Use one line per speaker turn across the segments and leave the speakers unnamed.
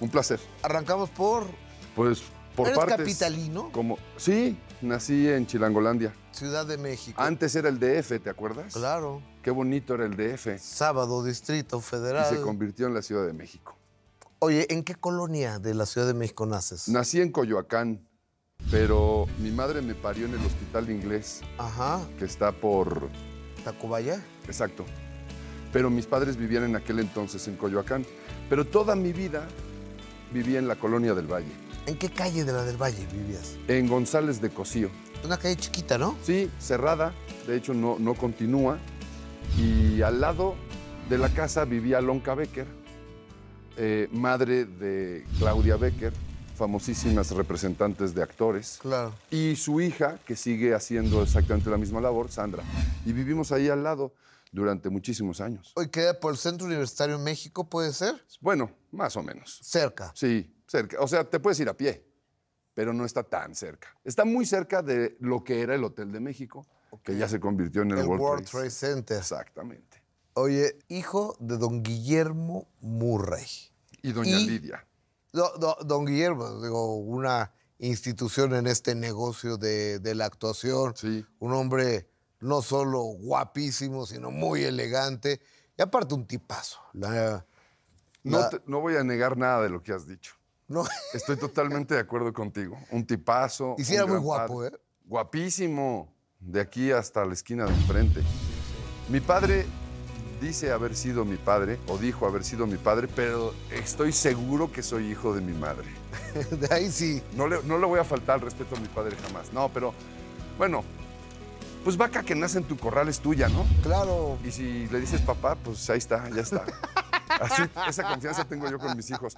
Un placer.
Arrancamos por.
Pues por
¿Eres
partes.
capitalino?
Como, sí, nací en Chilangolandia.
Ciudad de México.
Antes era el DF, ¿te acuerdas?
Claro.
Qué bonito era el DF.
Sábado, Distrito Federal.
Y se convirtió en la Ciudad de México.
Oye, ¿en qué colonia de la Ciudad de México naces?
Nací en Coyoacán, pero mi madre me parió en el hospital inglés,
Ajá,
que está por.
Tacubaya.
Exacto. Pero mis padres vivían en aquel entonces en Coyoacán. Pero toda mi vida viví en la colonia del Valle,
¿En qué calle de la del Valle vivías?
en González de Cocío.
Una calle chiquita, ¿no?
Sí, cerrada, de hecho no, no continúa. Y al lado de la casa vivía Lonca Becker, eh, madre de Claudia Becker, famosísimas representantes de actores.
Claro.
Y su hija, que sigue haciendo exactamente la misma labor, Sandra. Y vivimos ahí al lado durante muchísimos años.
Hoy queda por el Centro Universitario México, ¿puede ser?
Bueno, más o menos.
Cerca.
Sí, cerca. O sea, te puedes ir a pie, pero no está tan cerca. Está muy cerca de lo que era el Hotel de México, que ya se convirtió en el,
El, World, Trade.
Trade
Center.
Exactamente.
Oye, hijo de don Guillermo Murray.
Y doña
Y-
Lidia.
Do- do- don Guillermo, digo, una institución en este negocio de, de la actuación.
Sí.
Un hombre no solo guapísimo, sino muy elegante. Y aparte un tipazo. La-
No,
la-
te- no voy a negar nada de lo que has dicho.
no,
Estoy totalmente de acuerdo contigo. Un tipazo.
y sí
un
era muy
gran
guapo,
padre.
¿eh?
Guapísimo. De aquí hasta la esquina de enfrente. Mi padre dice haber sido mi padre, o dijo haber sido mi padre, pero estoy seguro que soy hijo de mi madre.
De ahí sí.
No le, no le voy a faltar al respeto a mi padre jamás. No, pero bueno, pues vaca que nace en tu corral es tuya, ¿no?
Claro.
Y si le dices papá, pues ahí está, ya está. Así, esa confianza tengo yo con mis hijos.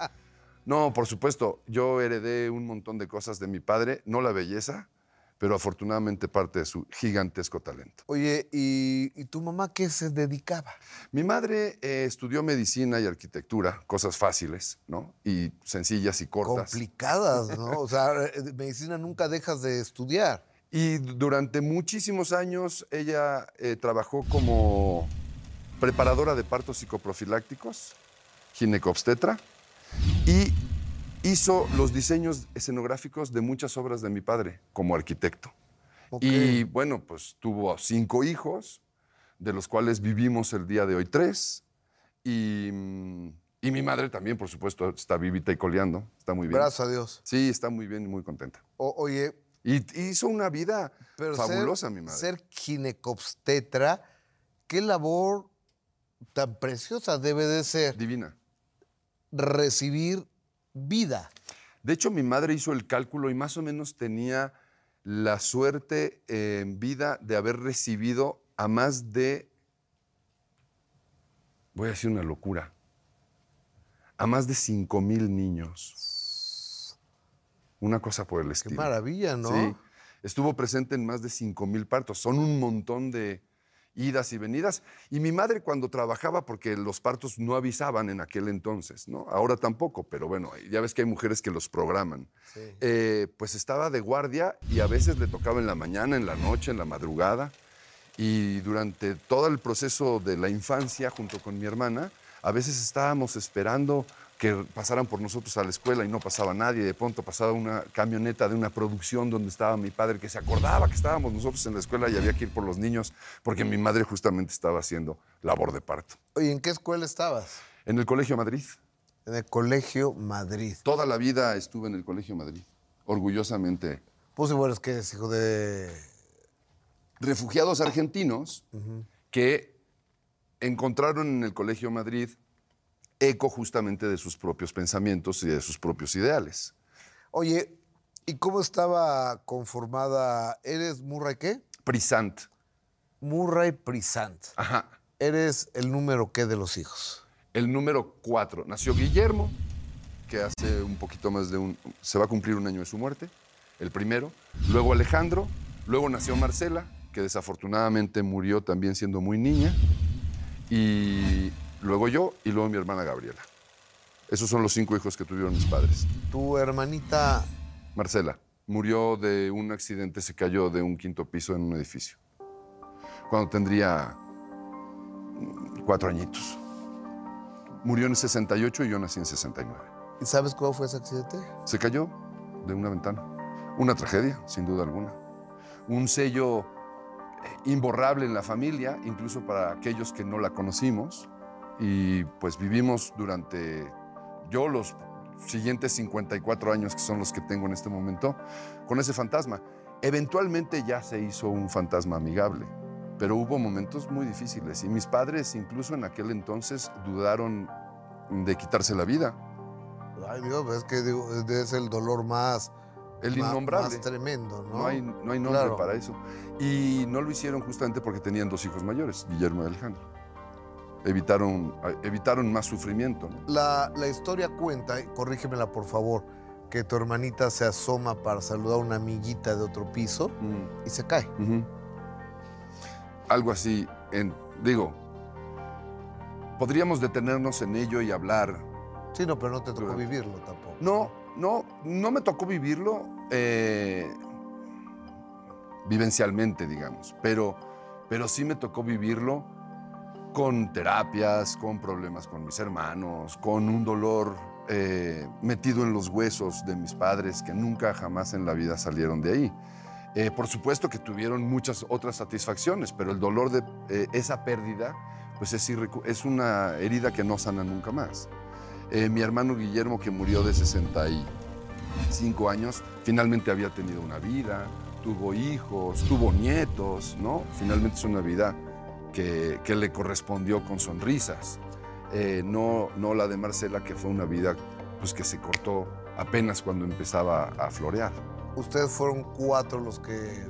No, por supuesto, yo heredé un montón de cosas de mi padre, no la belleza, pero afortunadamente parte de su gigantesco talento.
Oye, ¿y, y tu mamá qué se dedicaba?
Mi madre eh, estudió medicina y arquitectura, cosas fáciles, ¿no? Y sencillas y cortas.
Complicadas, ¿no? O sea, eh, medicina nunca dejas de estudiar.
Y durante muchísimos años ella eh, trabajó como preparadora de partos psicoprofilácticos, ginecobstetra, y hizo los diseños escenográficos de muchas obras de mi padre como arquitecto.
Ok.
Y bueno, pues tuvo cinco hijos, de los cuales vivimos el día de hoy tres, y, mm, y mi madre también, por supuesto, está vivita y coleando, está muy bien.
Brazo a Dios.
Sí, está muy bien y muy contenta.
O- oye,
Y t- hizo una vida
pero ser-
fabulosa, mi madre.
Ser ginecobstetra, qué labor tan preciosa debe de ser
Divina.
recibir vida.
De hecho, mi madre hizo el cálculo y más o menos tenía la suerte eh, en vida de haber recibido a más de. Voy a decir una locura. A más de 5 mil niños. Una cosa por el
Qué
estilo.
maravilla, ¿no?
Sí. Estuvo presente en más de 5 mil partos. Son un montón de idas y venidas. Y mi madre cuando trabajaba, porque los partos no avisaban en aquel entonces, ¿no? Ahora tampoco, pero bueno, ya ves que hay mujeres que los programan.
Sí.
Eh, pues estaba de guardia y a veces le tocaba en la mañana, en la noche, en la madrugada. Y durante todo el proceso de la infancia, junto con mi hermana, a veces estábamos esperando que pasaran por nosotros a la escuela y no pasaba nadie. De pronto pasaba una camioneta de una producción donde estaba mi padre, que se acordaba que estábamos nosotros en la escuela y había que ir por los niños, porque mi madre justamente estaba haciendo labor de parto.
Oye, ¿en qué escuela estabas?
En el Colegio Madrid.
En el Colegio Madrid.
Toda la vida estuve en el Colegio Madrid, orgullosamente
Pues bueno, es que es hijo de...
refugiados argentinos que encontraron en el Colegio Madrid eco justamente de sus propios pensamientos y de sus propios ideales.
Oye, ¿y cómo estaba conformada? ¿Eres Murray qué?
Prisant.
Murray Prisant.
Ajá.
¿Eres el número qué de los hijos?
El número cuatro. Nació Guillermo, que hace un poquito más de un... Se va a cumplir un año de su muerte, el primero. Luego Alejandro. Luego nació Marcela, que desafortunadamente murió también siendo muy niña. Y luego yo y luego mi hermana Gabriela. Esos son los cinco hijos que tuvieron mis padres.
Tu hermanita
Marcela murió de un accidente, se cayó de un quinto piso en un edificio. Cuando tendría mm, cuatro añitos. Murió en 68 y yo nací en 69.
¿Y sabes cómo fue ese accidente?
Se cayó de una ventana. Una tragedia, sin duda alguna. Un sello eh, imborrable en la familia, incluso para aquellos que no la conocimos. Y pues vivimos durante yo los siguientes 54 años que son los que tengo en este momento con ese fantasma. Eventualmente ya se hizo un fantasma amigable, pero hubo momentos muy difíciles y mis padres incluso en aquel entonces dudaron de quitarse la vida.
Ay, Dios, pues es que digo, es el dolor más,
El
ma-
innombrable.
más tremendo, ¿no?
No hay, no hay nombre
Claro.
para eso. Y no lo hicieron justamente porque tenían dos hijos mayores, Guillermo y Alejandro. Evitaron, evitaron más sufrimiento. ¿no?
La, la historia cuenta, y corrígemela por favor, que tu hermanita se asoma para saludar a una amiguita de otro piso
Mm,
y se cae.
ujú. Algo así, en- digo, podríamos detenernos en ello y hablar.
Sí, no, pero no te tocó
Durante.
vivirlo tampoco.
No, no, no me tocó vivirlo eh, vivencialmente, digamos, pero, pero sí me tocó vivirlo con terapias, con problemas con mis hermanos, con un dolor eh, metido en los huesos de mis padres que nunca jamás en la vida salieron de ahí. Eh, por supuesto que tuvieron muchas otras satisfacciones, pero el dolor de eh, esa pérdida pues es, irrecu- es una herida que no sana nunca más. Eh, mi hermano Guillermo, que murió de 65 años, finalmente había tenido una vida, tuvo hijos, tuvo nietos, ¿no? Finalmente es una vida que, que le correspondió con sonrisas. Eh, no, no la de Marcela, que fue una vida pues, que se cortó apenas cuando empezaba a florear.
Ustedes fueron cuatro los que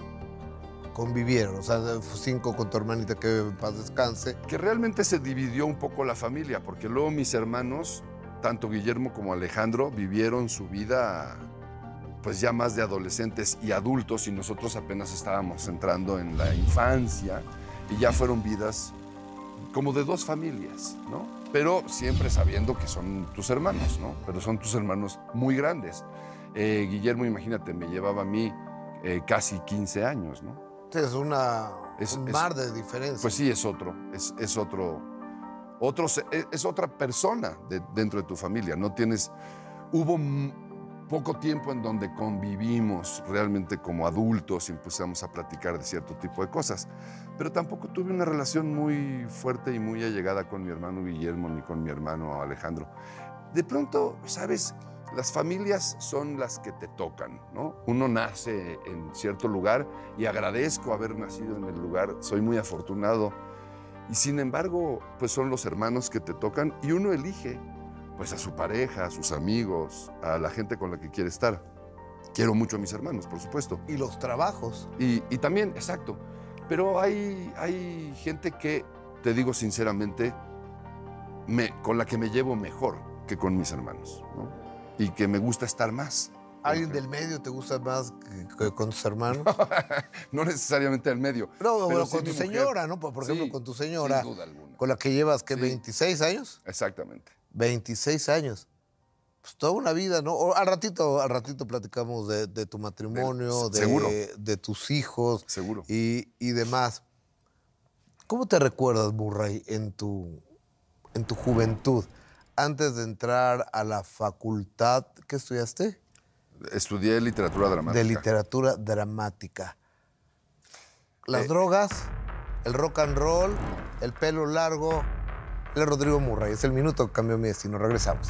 convivieron, o sea, de- cinco con tu hermanita que en paz descanse.
que realmente se dividió un poco la familia, porque luego mis hermanos, tanto Guillermo como Alejandro, vivieron su vida pues ya más de adolescentes y adultos y nosotros apenas estábamos entrando en la infancia y ya fueron vidas como de dos familias, ¿no? Pero siempre sabiendo que son tus hermanos, ¿no? Pero son tus hermanos muy grandes. Eh, Guillermo, imagínate, me llevaba a mí eh, casi 15 años, ¿no?
Sí, Es una
Es-
un
es-
mar de diferencia.
Pues sí, es otro, es, es otro, otro se- es, es otra persona de- dentro de tu familia. No tienes, hubo m- poco tiempo en donde convivimos realmente como adultos y empezamos a platicar de cierto tipo de cosas. Pero tampoco tuve una relación muy fuerte y muy allegada con mi hermano Guillermo ni con mi hermano Alejandro. De pronto, sabes, las familias son las que te tocan, ¿no? Uno nace en cierto lugar y agradezco haber nacido en el lugar, soy muy afortunado. Y sin embargo, pues son los hermanos que te tocan y uno elige pues a su pareja, a sus amigos, a la gente con la que quiere estar. Quiero mucho a mis hermanos, por supuesto.
Y los trabajos.
Y, y también, exacto. Pero hay, hay gente que, te digo sinceramente, me, con la que me llevo mejor que con mis hermanos. ¿no? Y que me gusta estar más.
¿Alguien del medio te gusta más que, que con tus hermanos?
No necesariamente al medio.
No,
Pero
bueno,
sí
con
mi
tu
mujer.
señora, ¿no? Por por ejemplo,
Sí,
con tu señora,
Sin duda alguna.
con la que llevas, ¿qué?
Sí.
¿26 años?
Exactamente.
26 años. Pues toda una vida, ¿no? O al ratito, al ratito platicamos de, de tu matrimonio,
se-
de,
seguro.
de tus hijos
Seguro.
y, y demás. ¿Cómo te recuerdas, Murray, en tu, en tu juventud? Antes de entrar a la facultad, ¿qué estudiaste?
Estudié literatura dramática.
De literatura dramática. Las
Eh.
drogas, el rock and roll, el pelo largo. Él es Rodrigo Murray. Es el minuto que cambió mi destino. Regresamos.